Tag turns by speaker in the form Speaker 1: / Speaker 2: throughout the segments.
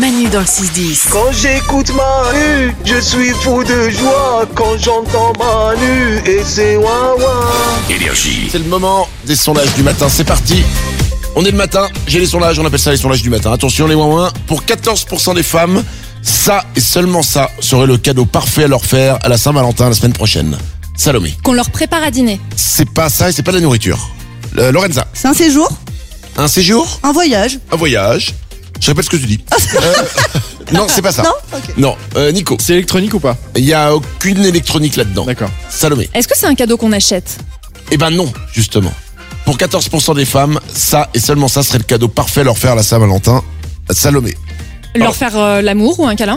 Speaker 1: Manu dans le 6-10.
Speaker 2: Quand j'écoute Manu, je suis fou de joie. Quand j'entends Manu et ses wawa.
Speaker 3: C'est le moment des sondages du matin, c'est parti On est le matin, j'ai les sondages, on appelle ça les sondages du matin. Attention les moins pour 14% des femmes, ça et seulement ça serait le cadeau parfait à leur faire à la Saint-Valentin la semaine prochaine. Salomé,
Speaker 4: Qu'on leur prépare à dîner.
Speaker 3: c'est pas ça et c'est pas de la nourriture. Euh, Lorenza,
Speaker 5: C'est un séjour,
Speaker 3: un séjour,
Speaker 5: un voyage.
Speaker 3: un voyage, je répète ce que tu dis. Euh, non, c'est pas ça.
Speaker 5: Non Ok.
Speaker 3: Non, euh, Nico,
Speaker 6: C'est électronique ou pas
Speaker 3: il y a aucune électronique là-dedans.
Speaker 6: D'accord.
Speaker 3: Salomé,
Speaker 4: Est-ce que c'est un cadeau qu'on achète
Speaker 3: eh ben non, justement. Pour 14% des femmes, ça et seulement ça serait le cadeau parfait à leur faire à la Saint-Valentin. Salomé,
Speaker 4: Leur faire euh, l'amour ou un câlin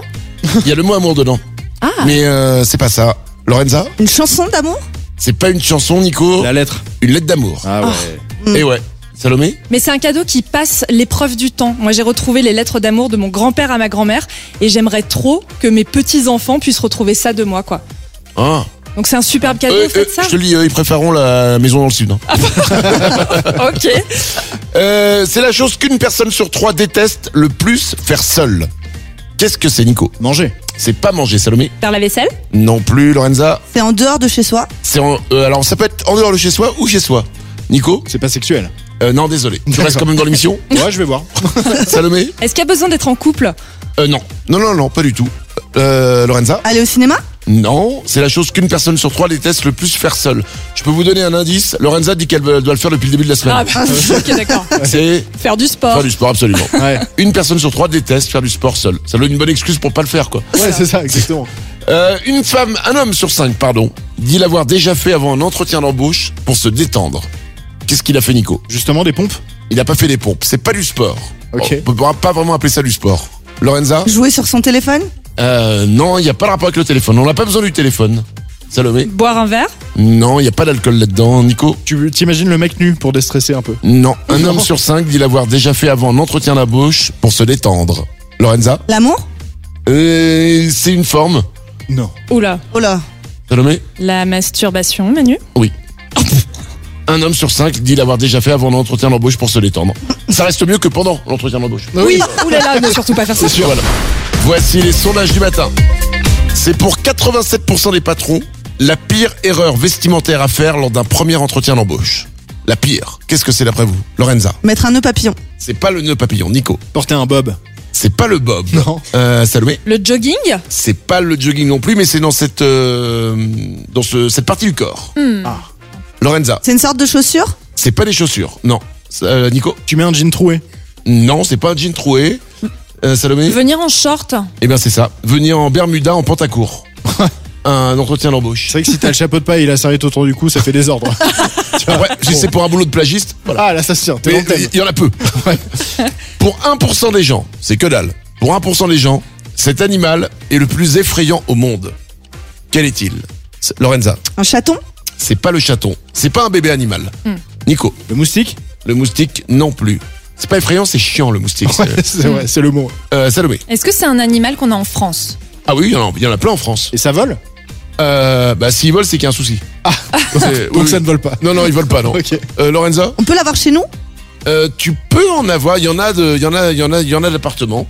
Speaker 3: Il y a le mot amour dedans.
Speaker 4: Ah
Speaker 3: Mais euh, c'est pas ça. Lorenza,
Speaker 5: Une chanson d'amour
Speaker 3: c'est pas une chanson, Nico.
Speaker 6: La lettre.
Speaker 3: Une lettre d'amour.
Speaker 6: Oh. Ah ouais.
Speaker 3: Et ouais. Salomé
Speaker 4: Mais c'est un cadeau qui passe l'épreuve du temps. Moi, j'ai retrouvé les lettres d'amour de mon grand-père à ma grand-mère et j'aimerais trop que mes petits-enfants puissent retrouver ça de moi, quoi.
Speaker 3: ah.
Speaker 4: Donc c'est un superbe cadeau,
Speaker 3: Euh,
Speaker 4: Eh ben, faites
Speaker 3: euh,
Speaker 4: ça. Ah.
Speaker 3: Je te le dis, euh, ils préféreront la maison dans le sud. hein.
Speaker 4: Ok.
Speaker 3: Euh, c'est la chose qu'une personne sur trois déteste le plus faire seule. Qu'est-ce que c'est, Nico
Speaker 6: Manger.
Speaker 3: C'est pas manger, Salomé
Speaker 4: Faire la vaisselle
Speaker 3: Non plus, Lorenza.
Speaker 5: C'est en dehors de chez soi.
Speaker 3: C'est en- euh, alors, ça peut être en dehors de chez soi ou chez soi. Nico
Speaker 6: C'est pas sexuel.
Speaker 3: Euh, Non, désolé. Tu restes quand même dans l'émission
Speaker 6: Ouais, je vais voir.
Speaker 3: Salomé
Speaker 4: Est-ce qu'il y a besoin d'être en couple
Speaker 3: Euh, Non. Non, non, non, pas du tout. Euh, Lorenza
Speaker 5: Aller au cinéma
Speaker 3: Non, c'est la chose qu'une personne sur trois déteste le plus faire seule. Je peux vous donner un indice. Lorenza dit qu'elle veut- doit le faire depuis le début de la
Speaker 4: Ah,
Speaker 3: semaine.
Speaker 4: bah, ok, d'accord.
Speaker 3: C'est
Speaker 4: Faire du sport.
Speaker 3: faire du sport, absolument.
Speaker 6: Ouais.
Speaker 3: Une personne sur trois déteste faire du sport seule. Ça donne une bonne excuse pour pas le faire, quoi.
Speaker 6: Ouais, c'est ça, exactement.
Speaker 3: Euh, une femme, un homme sur cinq, pardon, dit l'avoir déjà fait avant un entretien d'embauche pour se détendre. Qu'est-ce qu'il a fait, Nico
Speaker 6: Justement, des pompes.
Speaker 3: Il n'a pas fait des pompes. C'est pas du sport.
Speaker 6: Ok.
Speaker 3: On pourra pas vraiment appeler ça du sport. Lorenza
Speaker 5: Jouer sur son téléphone
Speaker 3: euh, Non, il n'y a pas de rapport avec le téléphone. On n'a pas besoin du téléphone. Salomé
Speaker 4: Boire un verre
Speaker 3: Non, il n'y a pas d'alcool là-dedans. Nico
Speaker 6: Tu t'imagines le mec nu pour déstresser un peu.
Speaker 3: Non, un
Speaker 6: Non.
Speaker 3: homme sur cinq dit l'avoir déjà fait avant un entretien d'embauche pour se détendre. Lorenza
Speaker 5: L'amour
Speaker 3: Euh, C'est une forme.
Speaker 6: Non.
Speaker 4: Oula.
Speaker 5: Oh là
Speaker 3: Salomé
Speaker 4: La masturbation, Manu
Speaker 3: Un homme sur cinq dit l'avoir déjà fait avant un entretien d'embauche pour se détendre. Ça reste mieux que pendant l'entretien d'embauche.
Speaker 6: Ah
Speaker 4: Oui. Oulala, ne surtout pas faire ça.
Speaker 3: C'est sûr, voilà. Voici les sondages du matin. C'est pour 87% des patrons la pire erreur vestimentaire à faire lors d'un premier entretien d'embauche. La pire. Qu'est-ce que c'est d'après vous Lorenza
Speaker 5: Mettre un nœud papillon.
Speaker 3: C'est pas le nœud papillon. Nico
Speaker 6: Porter un bob.
Speaker 3: C'est pas le bob.
Speaker 6: Non.
Speaker 3: Euh, Salomé
Speaker 4: Le jogging
Speaker 3: C'est pas le jogging non plus, mais c'est dans cette euh, dans ce, cette partie du corps.
Speaker 6: Ah.
Speaker 3: Lorenza,
Speaker 5: C'est une sorte de chaussure
Speaker 3: c'est pas des chaussures, non. Euh, Nico,
Speaker 6: Tu mets un jean troué.
Speaker 3: non, c'est pas un jean troué. Euh, Salomé,
Speaker 4: Venir en short
Speaker 3: eh bien c'est ça. Venir en Bermuda en pantacourt. un entretien d'embauche.
Speaker 6: C'est vrai que si t'as le chapeau de paille et la serviette autour du cou, ça fait désordre.
Speaker 3: Après, Ah si c'est pour un boulot de plagiste, voilà.
Speaker 6: Ah, là, ça se tient. T'es
Speaker 3: Mais
Speaker 6: dans le thème.
Speaker 3: il y en a peu. Ouais. pour 1% des gens, c'est que dalle. Pour 1% des gens, cet animal est le plus effrayant au monde. Quel est-il C'est- Lorenza,
Speaker 5: Un chaton
Speaker 3: c'est pas le chaton, c'est pas un bébé animal.
Speaker 6: Hmm.
Speaker 3: Nico,
Speaker 6: Le moustique
Speaker 3: Le moustique non plus. C'est pas effrayant, c'est chiant le moustique. c'est-
Speaker 6: Ouais, c'est vrai, c'est le mot.
Speaker 3: Euh, Salomé.
Speaker 4: Est-ce que c'est un animal qu'on a en France
Speaker 3: Ah oui, il y, en a- il y en a plein en France.
Speaker 6: Et ça vole
Speaker 3: Euh, bah s'ils volent, c'est qu'il y a un souci. Ah,
Speaker 6: Donc ça ne vole pas.
Speaker 3: Non, non, ils volent pas, non.
Speaker 6: Ok.
Speaker 3: Euh, Lorenza,
Speaker 5: On peut l'avoir chez nous
Speaker 3: euh, tu peux en avoir. Il y en a, de, il y en a, il y en a, il y en a d'appartements.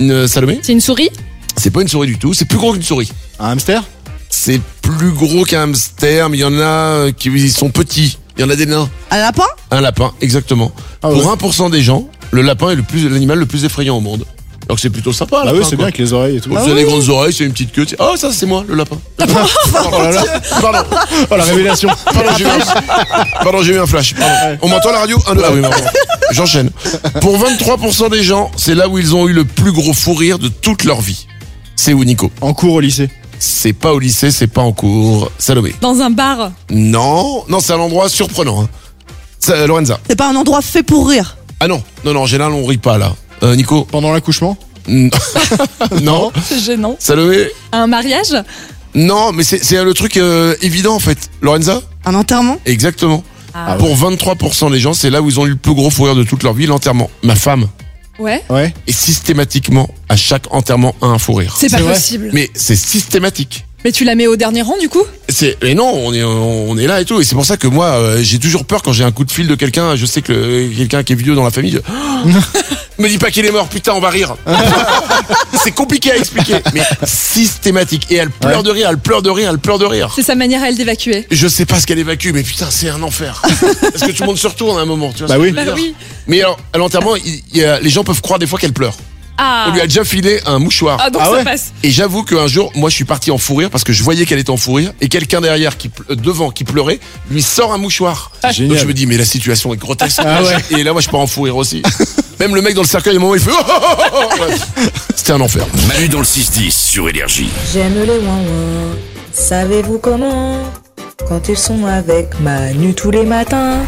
Speaker 3: Euh, Salomé,
Speaker 4: C'est une souris
Speaker 3: c'est pas une souris du tout. C'est plus gros qu'une souris.
Speaker 6: Un hamster
Speaker 3: C'est plus gros qu'un hamster, mais il y en a euh, qui ils sont petits. Il y en a des nains.
Speaker 5: Un lapin
Speaker 3: Un lapin, exactement.
Speaker 6: Ah
Speaker 3: Pour
Speaker 6: ouais.
Speaker 3: 1% des gens, le lapin est le plus, l'animal le plus effrayant au monde. Alors que Bah c'est Bah plutôt sympa. un
Speaker 6: Ah oui,
Speaker 3: lapin, quoi.
Speaker 6: c'est bien avec les oreilles et tout. Ah
Speaker 3: Vous avez des grandes oreilles, c'est une petite queue. tu- Oh, ça, c'est moi, le lapin.
Speaker 6: Oh là là.
Speaker 3: Pardon,
Speaker 6: Oh, la révélation.
Speaker 3: pardon, j'ai eu un- pardon, j'ai eu un flash. Pardon. On m'entend à la radio Un, deux, ah oui, pardon. J'enchaîne. Pour 23% des gens, c'est là où ils ont eu le plus gros fou rire de toute leur vie. C'est où, Nico
Speaker 6: En cours au lycée.
Speaker 3: C'est pas au lycée, c'est pas en cours. Salomé.
Speaker 4: Dans un bar
Speaker 3: Non, non, c'est un endroit surprenant. hein. Ça, Lorenza.
Speaker 5: C'est pas un endroit fait pour rire.
Speaker 3: Ah non, non, non, général, on rit pas là. Euh, Nico
Speaker 6: Pendant l'accouchement
Speaker 3: N- Non.
Speaker 4: C'est gênant.
Speaker 3: Salomé
Speaker 4: Un mariage
Speaker 3: Non, mais c'est c'est le truc euh, évident en fait. Lorenza
Speaker 5: Un enterrement
Speaker 3: Exactement.
Speaker 4: Ah.
Speaker 3: Pour 23% des gens, c'est là où ils ont eu le plus gros fou rire de toute leur vie, l'enterrement. Ma femme
Speaker 4: Ouais.
Speaker 6: Ouais.
Speaker 3: est systématiquement à chaque enterrement à un fou rire.
Speaker 4: C'est pas
Speaker 6: vrai.
Speaker 4: possible.
Speaker 3: Mais c'est systématique.
Speaker 4: Mais tu la mets au dernier rang, du coup
Speaker 3: C'est mais non, on est on est là et tout et c'est pour ça que moi euh, j'ai toujours peur quand j'ai un coup de fil de quelqu'un, je sais que le- quelqu'un qui est vieux dans la famille. je- Me dis pas qu'il est mort, putain, on va rire. c'est compliqué à expliquer, mais systématique et elle pleure de rire, elle pleure de rire, elle pleure de rire.
Speaker 4: C'est sa manière à elle d'évacuer.
Speaker 3: Je sais pas ce qu'elle évacue, mais putain, c'est un enfer. Parce que tout le monde se retourne à un moment, tu vois.
Speaker 6: Bah
Speaker 3: ce que
Speaker 6: oui.
Speaker 3: je veux
Speaker 4: Bah
Speaker 3: dire
Speaker 4: oui.
Speaker 3: Mais alors, à l'enterrement, il- il y a- les gens peuvent croire des fois qu'elle pleure.
Speaker 4: Ah,
Speaker 3: On lui a déjà filé un mouchoir.
Speaker 4: ah donc
Speaker 6: Ah ouais
Speaker 4: ça passe.
Speaker 3: Et j'avoue qu'un jour, moi, je suis parti en fou rire parce que je voyais qu'elle était en fou rire et quelqu'un derrière, qui ple- euh, devant, qui pleurait, lui sort un mouchoir.
Speaker 6: C'est
Speaker 3: Donc
Speaker 6: génial.
Speaker 3: je me dis, mais la situation est grotesque.
Speaker 6: Ah ouais.
Speaker 3: Et là, moi, je pars en fou rire aussi. Même le mec dans le cercueil, à un moment, il fait. Oh, oh, oh, oh. Ouais. C'était un enfer.
Speaker 1: Manu dans le 6-10 sur Énergie.
Speaker 7: J'aime les ouin Savez-vous comment Quand ils sont avec Manu tous les matins.